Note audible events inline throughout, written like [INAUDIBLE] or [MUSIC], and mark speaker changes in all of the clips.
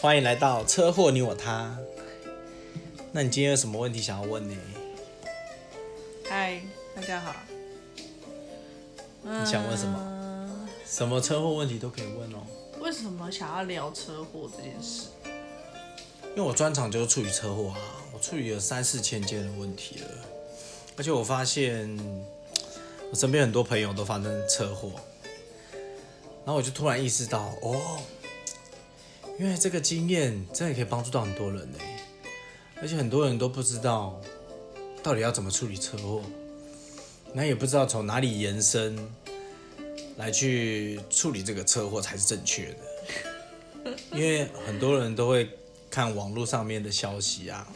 Speaker 1: 欢迎来到车祸你我他。那你今天有什么问题想要问呢？
Speaker 2: 嗨，大家好。
Speaker 1: 你想问什么？什么车祸问题都可以问哦，
Speaker 2: 为什么想要聊车祸这件事？
Speaker 1: 因为我专长就是处理车祸啊，我处理了三四千件的问题了，而且我发现我身边很多朋友都发生车祸，然后我就突然意识到，哦，因为这个经验真的可以帮助到很多人呢，而且很多人都不哦知道到底要怎么处理车祸，那也不知道从哪里延伸来去处理这个车祸才是正确的。因为很多人都会看网络上面的消息啊，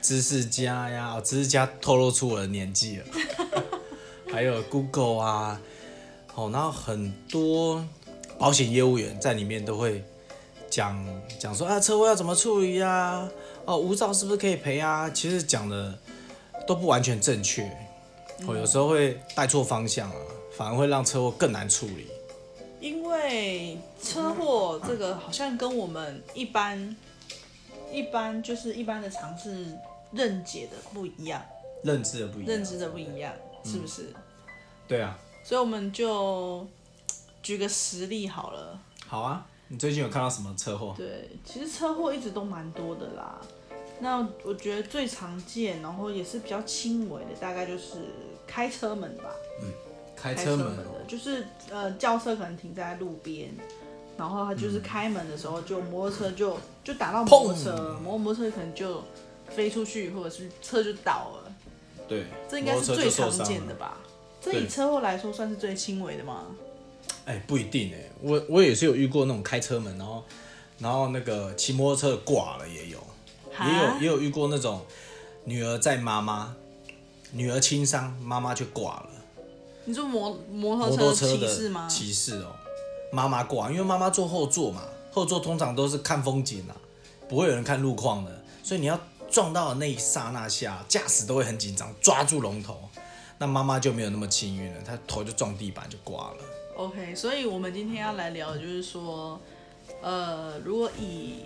Speaker 1: 知识家呀，哦知识家透露出我的年纪
Speaker 2: [LAUGHS]
Speaker 1: 了，还有 Google 啊，哦，然后很多保险业务员在里面都会讲讲说啊，车祸要怎么处理呀、啊？哦，无照是不是可以赔啊？其实讲的都不完全正确，
Speaker 2: 嗯
Speaker 1: 哦，有时候会带错方向啊，反而会让车祸更难处理。
Speaker 2: 因为车祸这个好像跟我们一般一般就是一般的常识认解的不一样，
Speaker 1: 认知的不一样，
Speaker 2: 认知的不一样，是不是？
Speaker 1: 对啊，
Speaker 2: 所以我们就举个实例好了。
Speaker 1: 好啊，你最近有看到什么车祸？
Speaker 2: 对，其实车祸一直都蛮多的啦。那我觉得最常见，然后也是比较轻微的，大概就是开车门吧。
Speaker 1: 开
Speaker 2: 开
Speaker 1: 车门
Speaker 2: 的
Speaker 1: 哦，，
Speaker 2: 就是呃轿车可能停在路边，然后他
Speaker 1: 嗯
Speaker 2: 就是开门的时候就摩托车就就打到摩托车，摩摩托车可能就飞出去，或者是车就倒了，
Speaker 1: 对，
Speaker 2: 这应该是
Speaker 1: 摩托车
Speaker 2: 最
Speaker 1: 就受
Speaker 2: 常
Speaker 1: 伤
Speaker 2: 见的
Speaker 1: 了。
Speaker 2: 吧？这以
Speaker 1: 对
Speaker 2: 车祸来说算是最轻微的吗？
Speaker 1: 哎、不一定哎、我我也是有遇过那种开车门，然后然后那个骑摩托车的挂了也有，也有
Speaker 2: 哈
Speaker 1: 也有遇过那种女儿载妈妈，女儿轻伤，妈妈却挂了，
Speaker 2: 你说摩摩
Speaker 1: 摩
Speaker 2: 托
Speaker 1: 托车
Speaker 2: 骑
Speaker 1: 的
Speaker 2: 士吗？
Speaker 1: 骑士哦，妈妈挂，因为妈妈坐后座嘛，后座通常都是看风景啊，不会有人看路况的，所以你要撞到的那一刹那下，驾驶都会很紧张，抓住龙头，那妈妈就没有那么幸运了，她头就撞地板就挂了。
Speaker 2: OK，所以我们今天要来聊，的就是说，呃，如果以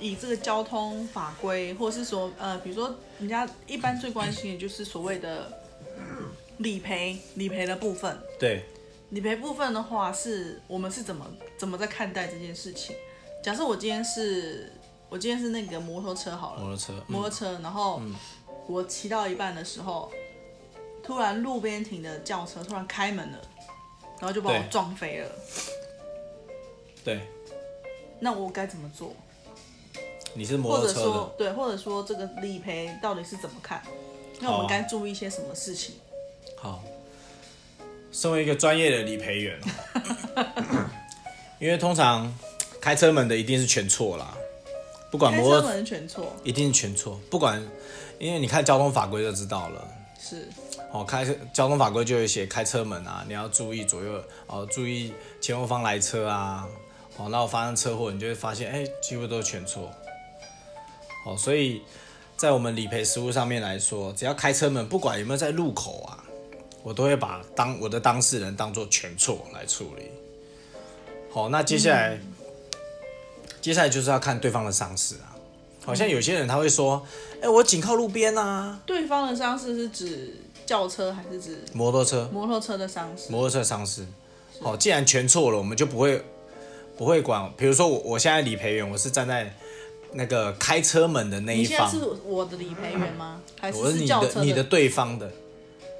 Speaker 2: 以这个交通法规，或是说，呃，比如说人家一般最关心的就是所谓的理赔，理赔的部分。
Speaker 1: 对，
Speaker 2: 理赔部分的话是，我们是怎么怎么在看待这件事情？假设我今天是，我今天是那个摩托车好了，
Speaker 1: 摩托车，
Speaker 2: 摩
Speaker 1: 嗯、
Speaker 2: 托车，然后我骑到一半的时候，突然路边停的轿车突然开门了，然后就把我
Speaker 1: 对
Speaker 2: 撞飞了。
Speaker 1: 对，
Speaker 2: 那我该怎么做？
Speaker 1: 你是摩
Speaker 2: 或
Speaker 1: 托
Speaker 2: 者
Speaker 1: 车的
Speaker 2: 说，对，或者说这个理赔到底是怎么看？那我
Speaker 1: 好
Speaker 2: 们
Speaker 1: 啊
Speaker 2: 该注意些什么事情？
Speaker 1: 哦好，身为一个专业的理赔员、哦，
Speaker 2: [LAUGHS]
Speaker 1: 因为通常开车门的一定是全错啦，不管
Speaker 2: 开
Speaker 1: 摩
Speaker 2: 车
Speaker 1: 托
Speaker 2: 门全错
Speaker 1: 一定是全错，不管，因为你看交通法规就知道了。
Speaker 2: 是
Speaker 1: 哦，开车交通法规就有写开车门啊，你要注意左右哦，注意前后方来车啊。哦，那我发生车祸，你就会发现，哎、几乎都是全错。哦，所以在我们理赔实务上面来说，只要开车门，不管有没有在路口啊，我都会把当我的当事人当做全错来处理。好、那接下来、接下来就是要看对方的伤势啊。好像有些人他会说，哎、我紧靠路边啊，
Speaker 2: 对方的伤势是指轿车还是指
Speaker 1: 摩托车。
Speaker 2: 摩托车的伤势？
Speaker 1: 摩托车伤失。好，既然全错了，我们就不会不会管。比如说我我现在理赔员，我是站在那个开车门的那
Speaker 2: 你
Speaker 1: 一
Speaker 2: 现在
Speaker 1: 方，
Speaker 2: 是我的理赔员吗？还
Speaker 1: 我是
Speaker 2: 是
Speaker 1: 你
Speaker 2: 轿
Speaker 1: 的
Speaker 2: 车
Speaker 1: 你的对方的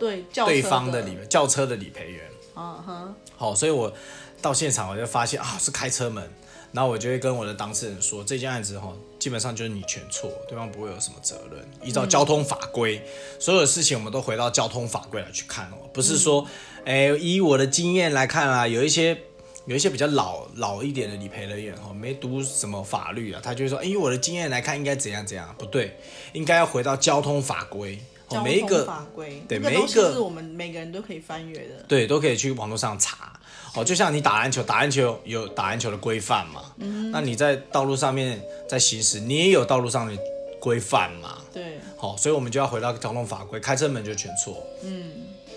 Speaker 2: 对轿车
Speaker 1: 对方的
Speaker 2: 的
Speaker 1: 理赔轿车的理赔员。
Speaker 2: 嗯哼，
Speaker 1: 好，所以我到现场我就发现啊是开车门，然后我就会跟我的当事人说，这件案子哈基本上就是你全错，对方不会有什么责任。依
Speaker 2: 嗯
Speaker 1: 照交通法规，所有的事情我们都回到交通法规来去看哦，不
Speaker 2: 嗯
Speaker 1: 是说，哎、以我的经验来看啊，有一些。有一些比较老老一点的理赔人员哈，没读什么法律啊，他就会说，哎、以我的经验来看，应该怎样怎样，不对，应该要回到交通法规。哦，
Speaker 2: 交
Speaker 1: 每一
Speaker 2: 通
Speaker 1: 个
Speaker 2: 法规，
Speaker 1: 对
Speaker 2: 那
Speaker 1: 每一
Speaker 2: 东西
Speaker 1: 个
Speaker 2: 是我们每个人都可以翻阅的。
Speaker 1: 对，都可以去网络上查。哦，就像你打篮球，打篮球有打篮球的规范嘛，
Speaker 2: 嗯
Speaker 1: 那你在道路上面在行驶，你也有道路上的规范嘛。
Speaker 2: 对，
Speaker 1: 好、所以我们就要回到交通法规，开车门就全错。嗯，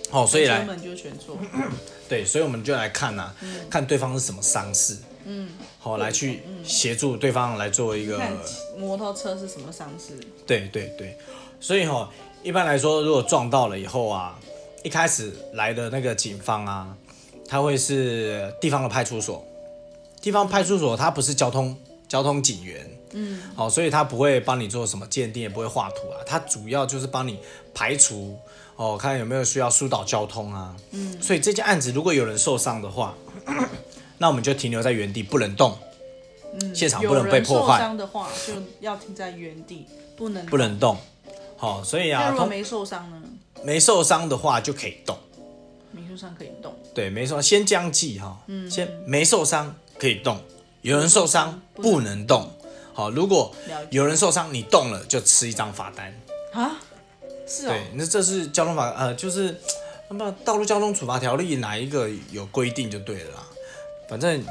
Speaker 1: 好、所以
Speaker 2: 开车
Speaker 1: 来
Speaker 2: 门就全错。
Speaker 1: 啊对，所以我们就来看呐、看对方是什么伤势。嗯，好、来去协助对方来做一个
Speaker 2: 看摩托车是什么伤势？
Speaker 1: 对对对，所以哈、一般来说，如果撞到了以后啊，一开始来的那个警方啊，他会是地方的派出所，地方派出所他不是交通交通警员，嗯，好、所以他不会帮你做什么鉴定，也不会画图啊，他主要就是帮你排除哦，看有没有需要疏导交通啊，嗯，所以这件案子如果有人受伤的话， [CLEARS THROAT] 那我们就停留在原地不能动，嗯，现场不能被破
Speaker 2: 有人
Speaker 1: 坏
Speaker 2: 受，伤的话，就要停在原地，不能
Speaker 1: 不。能动，好、所以
Speaker 2: 那
Speaker 1: 啊，
Speaker 2: 如
Speaker 1: 通
Speaker 2: 果没受伤呢？
Speaker 1: 没受伤的话就可以动。
Speaker 2: 没受伤可以动，
Speaker 1: 对，没受伤先将计哈，先没受伤可以动，有人受伤嗯不能动。好，如果
Speaker 2: 了解
Speaker 1: 有人受伤你动了，就吃一张罚单。
Speaker 2: 啊？是哦
Speaker 1: 对，，那这是交通法呃，就是那么《道路交通处罚条例》哪一个有规定就对了啦。反正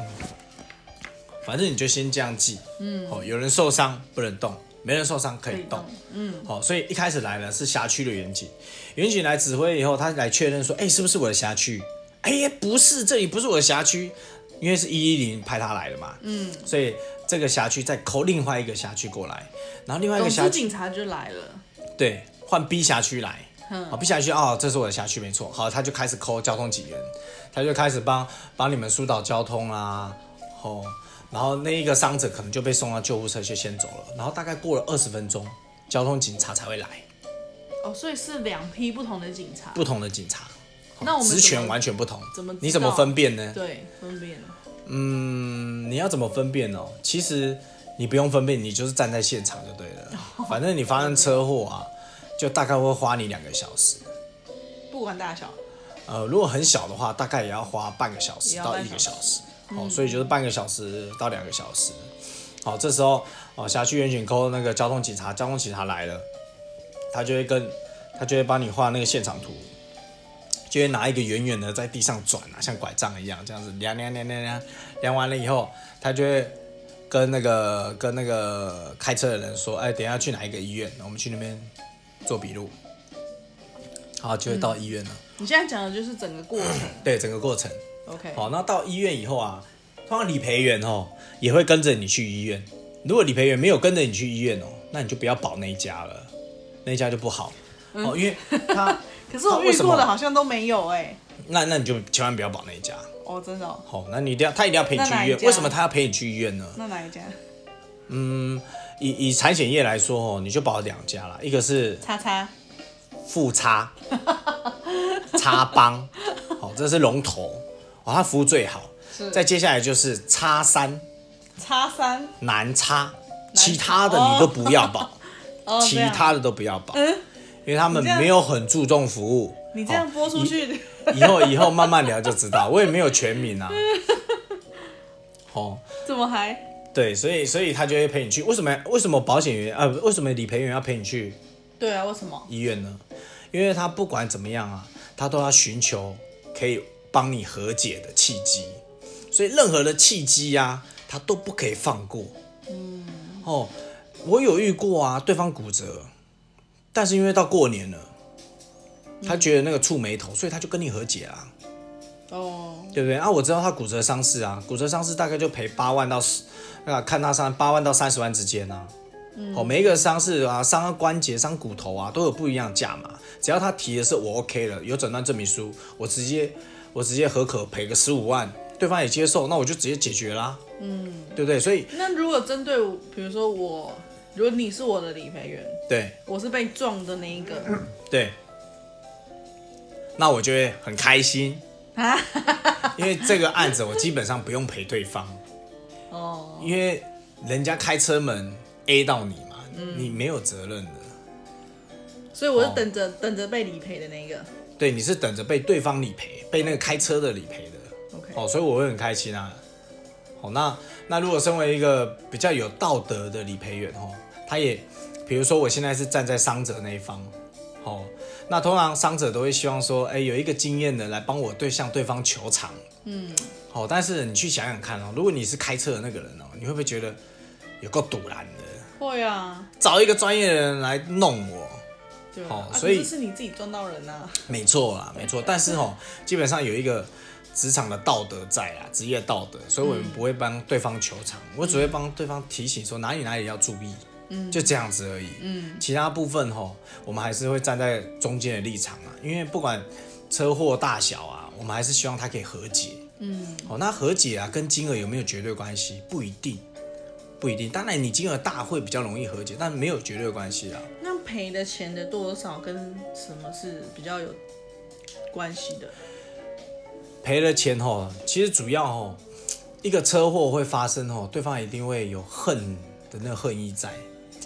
Speaker 1: 反正你就先这样记，嗯，好，有人受伤不能动，没人受伤可以动。，
Speaker 2: 嗯，
Speaker 1: 好、哦所以一开始来呢是辖区的远景，远景来指挥以后，他来确认说，哎、是不是我的辖区？哎、不是，这里不是我的辖区，因为是一一零派他来的嘛，嗯，所以这个辖区再扣另外一个辖区过来，然后另外一
Speaker 2: 总
Speaker 1: 个辖
Speaker 2: 之
Speaker 1: 区
Speaker 2: 警察就来了，
Speaker 1: 对换 B 辖区来，
Speaker 2: 嗯
Speaker 1: 好 B 辖区哦，这是我的辖区没错，好，他就开始扣交通警员，他就开始帮帮你们疏导交通啊，哦，然后那一个伤者可能就被送到救护车就先走了，然后大概过了二十分钟，交通警察才会来。
Speaker 2: 哦，所以是两批不同的警察，
Speaker 1: 不同的警察，
Speaker 2: 那我们
Speaker 1: 职
Speaker 2: 怎
Speaker 1: 权
Speaker 2: 么
Speaker 1: 完全不同，
Speaker 2: 怎么知道
Speaker 1: 你怎么分辨呢？
Speaker 2: 对分辨
Speaker 1: 嗯，你要怎么分辨哦？其实你不用分辨，你就是站在现场就对
Speaker 2: [LAUGHS]
Speaker 1: 了。反正你发生车祸啊，就大概会花你两个小时。
Speaker 2: 不管大小，
Speaker 1: 呃，如果很小的话，大概也要花半个小时
Speaker 2: 也要
Speaker 1: 到
Speaker 2: 半
Speaker 1: 一个
Speaker 2: 小嗯
Speaker 1: 小时，哦，所以就是半个小时到两个小时。好、这时候哦，辖区远景科那个交通警察，交通警察来了，他就会跟他就会帮你画那个现场图，就会拿一个远远的在地上转啊，像拐杖一样这样子量量量量量，量完了以后，他就会跟那个跟那个开车的人说，哎，等一下去哪一个医院，我们去那边做笔录。好，就会
Speaker 2: 嗯
Speaker 1: 到医院了。
Speaker 2: 你现在讲的就是整个
Speaker 1: [COUGHS]
Speaker 2: 过程
Speaker 1: 对，整个过程。
Speaker 2: ，OK？
Speaker 1: 好，那到医院以后啊，通常理赔员哦也会跟着你去医院。如果理赔员没有跟着你去医院哦，那你就不要保那一家了，那一家就不好、
Speaker 2: 嗯
Speaker 1: 哦，因为
Speaker 2: [LAUGHS]
Speaker 1: 他
Speaker 2: 可是我
Speaker 1: 那为
Speaker 2: 遇
Speaker 1: 什么
Speaker 2: 过的好像都没有哎、
Speaker 1: 那那你就千万不要保那一家。
Speaker 2: 哦，真的、哦，
Speaker 1: 好、那你一定要他一定要陪你去
Speaker 2: 那哪
Speaker 1: 医
Speaker 2: 一
Speaker 1: 院，
Speaker 2: 家
Speaker 1: 为什么他要陪你去医院呢？
Speaker 2: 那哪一家？
Speaker 1: 以以产险业来说哦，你就保两家啦，一个是
Speaker 2: 叉叉，
Speaker 1: 富
Speaker 2: [LAUGHS]
Speaker 1: 差、差帮，好、这是龙头，哦，它服务最好。
Speaker 2: 是
Speaker 1: 再接下来就是叉三。
Speaker 2: 叉三，
Speaker 1: 难差，
Speaker 2: 差
Speaker 1: 其他的你都不要保， [LAUGHS]
Speaker 2: 哦，
Speaker 1: 其
Speaker 2: 这样
Speaker 1: 他的都不要保，因为他们没有很注重服务。
Speaker 2: 你这样
Speaker 1: 哦
Speaker 2: 播出去，
Speaker 1: 以后以后慢慢聊就知道，我也没有全名啊。哦，
Speaker 2: [LAUGHS] 怎么还？
Speaker 1: 对，所以所以他就会陪你去。为什么为什么保险员呃为什么理赔员要陪你去
Speaker 2: 对啊，为什么？
Speaker 1: 医院呢？因为他不管怎么样啊，他都要寻求可以帮你和解的契机，所以任何的契机呀、啊，他都不可以放过。嗯，哦，我有遇过啊，对方骨折，但是因为到过年了，他觉得那个触眉头，所以他就跟你和解啊啦、
Speaker 2: 哦，
Speaker 1: 对不对？啊，我知道他骨折伤势啊，骨折伤势大概就赔八万到十，啊，看他伤八万到三十万之间啊。哦，每一个伤势啊，伤到关节、伤骨头啊，都有不一样的价码。只要他提的是我 OK 了，有诊断证明书，我直接我直接合可赔个十五万，对方也接受，那我就直接解决啦。嗯，对不对？所以
Speaker 2: 那如果针对我，比如说我，如果你是我的理赔员，
Speaker 1: 对
Speaker 2: 我是被撞的那一个，
Speaker 1: 对，那我就会很开心，
Speaker 2: 啊
Speaker 1: 因为这个案子我基本上不用赔对方。
Speaker 2: [LAUGHS] 哦，
Speaker 1: 因为人家开车门 A 到你嘛，你没有责任的。
Speaker 2: 所以我是等
Speaker 1: 哦
Speaker 2: 着、等着被理赔的那一个
Speaker 1: 对，你是等着被对方理赔，被那个开车的理赔的。
Speaker 2: ，OK？
Speaker 1: 哦，所以我会很开心啊。哦，那那如果身为一个比较有道德的理赔员哦，他也，比如说我现在是站在伤者那一方，哦，那通常伤者都会希望说，哎，有一个经验的来帮我对向对方求偿。嗯。哦，但是你去想想看哦，如果你是开车的那个人哦，你会不会觉得有够堵然的？
Speaker 2: 会啊，
Speaker 1: 找一个专业的人来弄我。
Speaker 2: 对啊，
Speaker 1: 好
Speaker 2: 啊
Speaker 1: 所以
Speaker 2: 可是是你自己撞到人呐、啊，
Speaker 1: 没错啦，没错。但是哦，基本上有一个职场的道德在啊，职业道德，所以我们不会帮对方求偿，我只会帮对方提醒说哪里哪里要注意，嗯，就这样子而已，嗯，其他部分吼，我们还是会站在中间的立场啊，因为不管车祸大小啊，我们还是希望它可以和解，嗯，哦，那和解啊跟金额有没有绝对关系？不一定，不一定，当然你金额大会比较容易和解，但没有绝对关系啊，
Speaker 2: 那赔的钱的多少跟什么是比较有关系的？
Speaker 1: 赔了钱吼，其实主要吼，一个车祸会发生吼，对方一定会有恨的那个恨意在。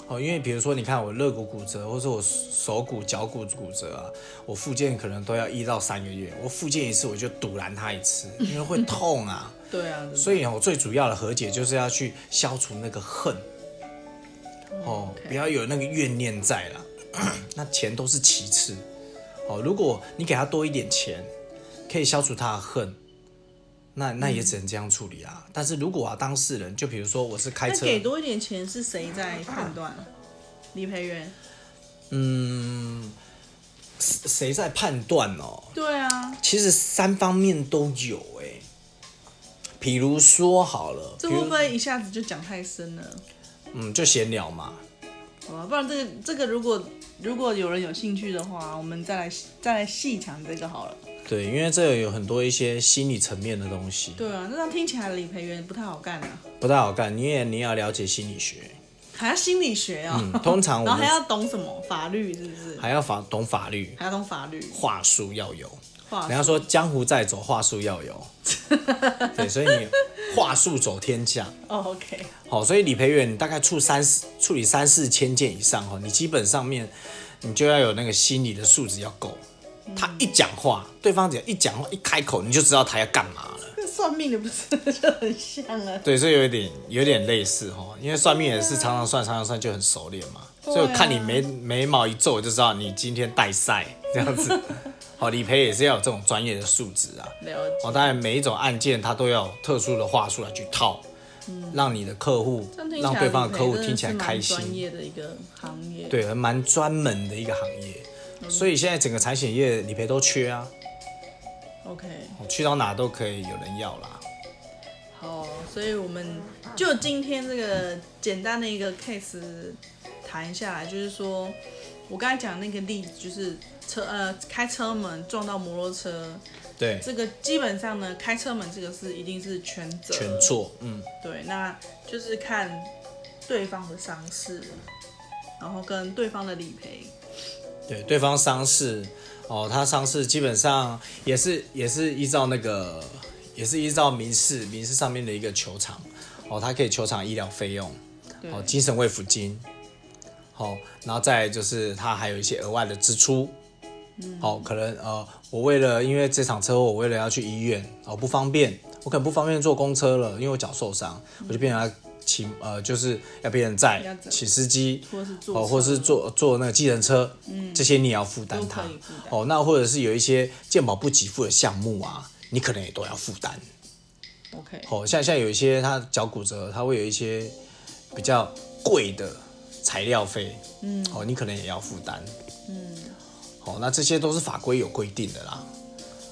Speaker 1: 哦，因为比如说，你看我肋骨骨折，或者我手骨、脚骨骨折啊，我复健可能都要一到三个月。我复健一次，我就堵拦他一次，因为会痛啊。
Speaker 2: 对啊，
Speaker 1: 所以哦，最主要的和解就是要去消除那个恨，哦
Speaker 2: OK
Speaker 1: 不要有那个怨念在啦。 [CLEARS THROAT] 那钱都是其次，哦，如果你给他多一点钱，可以消除他的恨，那那也只能这样处理啊。但是如果啊，当事人就比如说我是开
Speaker 2: 嗯那
Speaker 1: 车，
Speaker 2: 给多一点钱是谁在判断？理赔员。
Speaker 1: 嗯谁在判断哦？
Speaker 2: 对啊，
Speaker 1: 其实三方面都有哎、比如说好了，
Speaker 2: 这
Speaker 1: 比如
Speaker 2: 会不会一下子就讲太深了？
Speaker 1: 嗯，就闲聊嘛，
Speaker 2: 好吧，不然这个这个如果如果有人有兴趣的话，我们再来再来细讲这个好了。
Speaker 1: 对，因为这有很多一些心理层面的东西，
Speaker 2: 对啊，那这样听起来理赔员不太好干啊，
Speaker 1: 不太好干。你也你也要了解心理学，
Speaker 2: 还要心理学啊、
Speaker 1: 嗯，通常我
Speaker 2: [LAUGHS] 然后
Speaker 1: 们
Speaker 2: 还要懂什么法律是不是？
Speaker 1: 还要法懂法律，
Speaker 2: 还要
Speaker 1: [LAUGHS]
Speaker 2: 懂法律。
Speaker 1: 话术要有。
Speaker 2: 话
Speaker 1: 人家说江湖在走，话术要有。对，所以你话术走天下。
Speaker 2: 哦，OK，
Speaker 1: 好，所以理赔员你大概处三四处理三四千件以上哈，哦你基本上面你就要有那个心理的素质要够。他一讲话，对方只要一讲话一开口，你就知道他要干嘛了。
Speaker 2: 这算命的不是 [LAUGHS] 就很像啊？
Speaker 1: 对，所以有一点有点类似哈，因为算命也是常常算常常算就很熟练嘛，
Speaker 2: 啊
Speaker 1: 所以我看你眉眉毛一皱，我就知道你今天带赛这样
Speaker 2: [LAUGHS]
Speaker 1: 子。好，理赔也是要有这种专业的素质啊。
Speaker 2: 了解，
Speaker 1: 哦，当然每一种案件它都要有特殊的话术来去套，让你的客户
Speaker 2: 嗯这样听起来
Speaker 1: 让对方的客户
Speaker 2: 理赔
Speaker 1: 听起来
Speaker 2: 真的是蛮
Speaker 1: 开心。
Speaker 2: 专业的一个行业，，
Speaker 1: 对，还蛮专门的一个行业。
Speaker 2: 嗯
Speaker 1: 所以现在整个产险业理赔都缺啊，
Speaker 2: ，OK，
Speaker 1: 哦去到哪都可以有人要啦。
Speaker 2: 好，哦所以我们就今天这个简单的一个 case 谈下来，就是说我刚才讲那个例子，就是车呃开车门撞到摩托车，
Speaker 1: 对，
Speaker 2: 这个基本上呢，开车门这个是一定是全责，
Speaker 1: 全错，嗯，
Speaker 2: 对，那就是看对方的伤势，然后跟对方的理赔。
Speaker 1: 对，对方伤势，哦，他伤势基本上也是也是依照那个，也是依照民事民事上面的一个球场，哦，他可以球场医疗费用，
Speaker 2: 对，
Speaker 1: 哦，精神慰抚金，好、然后再来就是他还有一些额外的支出，
Speaker 2: 嗯
Speaker 1: 好、可能呃，我为了因为这场车祸，我为了要去医院，哦不方便，我可能不方便坐公车了，因为我脚受伤，我就变成要骑呃，就是要别人载
Speaker 2: 嗯要载
Speaker 1: 骑司机，
Speaker 2: 或是坐
Speaker 1: 哦，或是坐坐那个计程车，嗯，这些你也要负担
Speaker 2: 都
Speaker 1: 它
Speaker 2: 可以负担，
Speaker 1: 哦，那或者是有一些健保不给付的项目啊，你可能也都要负担。
Speaker 2: OK，
Speaker 1: 哦，像像有一些他脚骨折，他会有一些比较贵的材料费，嗯，哦，你可能也要负担，嗯，哦，那这些都是法规有规定的啦。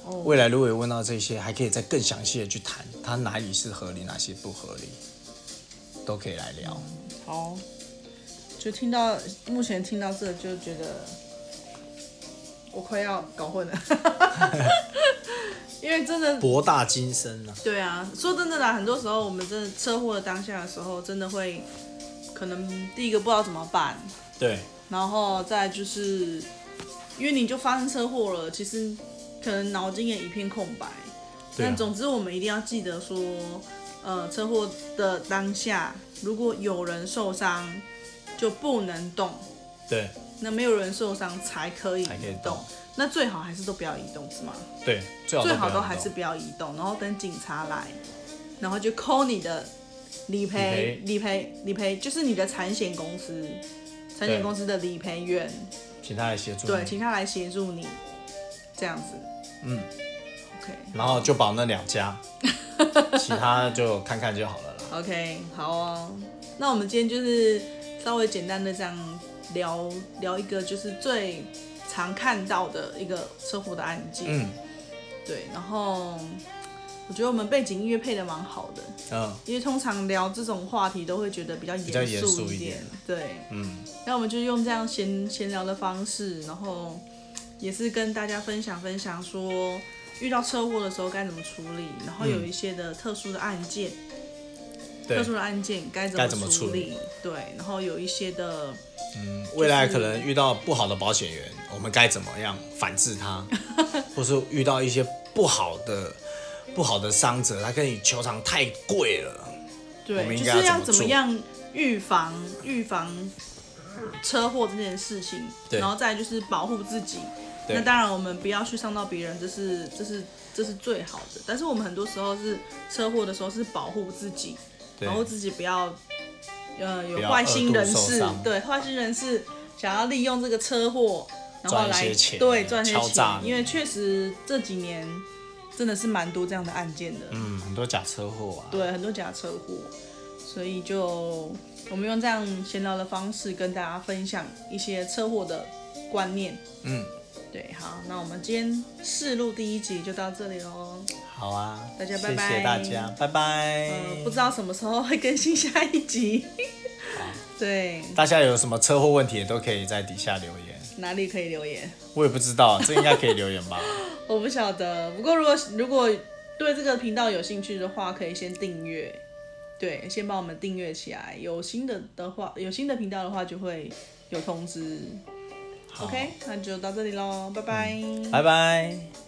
Speaker 2: 哦
Speaker 1: 未来如果有问到这些，还可以再更详细的去谈，它哪里是合理，哪些不合理，都可以来聊。
Speaker 2: 好，就听到目前听到这就觉得我快要搞混了， [LAUGHS] 因为真的
Speaker 1: 博大精深啊，
Speaker 2: 对啊，说真的啦，很多时候我们真的车祸的当下的时候，真的会可能第一个不知道怎么办，
Speaker 1: 对，
Speaker 2: 然后再就是因为你就发生车祸了，其实可能脑筋也一片空白。
Speaker 1: 对啊
Speaker 2: 但总之，我们一定要记得说，呃，车祸的当下，如果有人受伤，就不能动；
Speaker 1: 对
Speaker 2: 那没有人受伤才可以
Speaker 1: 才可以
Speaker 2: 移
Speaker 1: 动
Speaker 2: 动。那最好还是都不要移动，是吗？
Speaker 1: 对，最好
Speaker 2: 最
Speaker 1: 不
Speaker 2: 好
Speaker 1: 要
Speaker 2: 都
Speaker 1: 移
Speaker 2: 还
Speaker 1: 动
Speaker 2: 是不要移动，然后等警察来，然后就扣你的理赔、理赔、理赔，就是你的产险公司、产
Speaker 1: 对嗯
Speaker 2: 险公司的理赔员，
Speaker 1: 请他来协助
Speaker 2: 对，
Speaker 1: 你
Speaker 2: 请他来协助你，这样子。
Speaker 1: 嗯
Speaker 2: ，OK
Speaker 1: 然后就保那两
Speaker 2: [LAUGHS]
Speaker 1: 家，其他就看看就好了啦。
Speaker 2: OK，好哦。那我们今天就是稍微简单的这样聊聊一个，就是最常看到的一个车祸的案件。
Speaker 1: 嗯，
Speaker 2: 对，然后我觉得我们背景音乐配的蛮好的，
Speaker 1: 嗯，
Speaker 2: 因为通常聊这种话题都会觉得比较
Speaker 1: 比较严
Speaker 2: 肃
Speaker 1: 肃一
Speaker 2: 点
Speaker 1: 点，
Speaker 2: 对，
Speaker 1: 嗯，
Speaker 2: 那我们就用这样闲闲聊的方式，然后也是跟大家分享分享说遇到车祸的时候该怎么处理，然后
Speaker 1: 嗯
Speaker 2: 有一些的特殊的案件，
Speaker 1: 对
Speaker 2: 特，殊的案件该
Speaker 1: 该
Speaker 2: 怎
Speaker 1: 怎么
Speaker 2: 处
Speaker 1: 处理
Speaker 2: 理，对，然后有一些的
Speaker 1: 未来可能遇到不好的保险员，我们该怎么样反制
Speaker 2: [LAUGHS]
Speaker 1: 他，或是遇到一些不好的不好的伤者，他跟你球场太贵了，我们
Speaker 2: 对，
Speaker 1: 应
Speaker 2: 就
Speaker 1: 该
Speaker 2: 是
Speaker 1: 要
Speaker 2: 要
Speaker 1: 怎
Speaker 2: 怎
Speaker 1: 么
Speaker 2: 么
Speaker 1: 做
Speaker 2: 样预防预防车祸这件事情，
Speaker 1: 对
Speaker 2: 然后再来就是保护自己。
Speaker 1: 对
Speaker 2: 那当然，我们不要去伤到别人，这是这是这是最好的。但是我们很多时候是车祸的时候是保护自己，
Speaker 1: 对
Speaker 2: 保，护自己不要呃
Speaker 1: 不
Speaker 2: 有
Speaker 1: 要
Speaker 2: 坏心人
Speaker 1: 恶度受
Speaker 2: 士
Speaker 1: 伤，
Speaker 2: 对坏心人士想要利用这个车祸，然后
Speaker 1: 赚一
Speaker 2: 来
Speaker 1: 些钱
Speaker 2: 对赚一些
Speaker 1: 敲诈
Speaker 2: 钱，
Speaker 1: 你
Speaker 2: 因为确实这几年真的是蛮多这样的案件的。
Speaker 1: 嗯，很多假车祸啊，
Speaker 2: 对，很多假车祸，所以就我们用这样闲聊的方式跟大家分享一些车祸的观念。
Speaker 1: 嗯，
Speaker 2: 对，好，那我们今天试录第一集就到这里喽。
Speaker 1: 好啊，
Speaker 2: 大家拜拜
Speaker 1: 谢谢大家，拜拜。
Speaker 2: 呃，不知道什么时候会更新下一集。 [LAUGHS] 对，
Speaker 1: 大家有什么车祸问题也都可以在底下留言，
Speaker 2: 哪里可以留言？
Speaker 1: 我也不知道，这应该可以留言吧？
Speaker 2: 我不晓得。不过如果如果对这个频道有兴趣的话，可以先订阅。对，先帮我们订阅起来。有新的的话，有新的频道的话，就会有通知。
Speaker 1: 好
Speaker 2: OK，那就到这里喽，拜拜。
Speaker 1: 拜拜。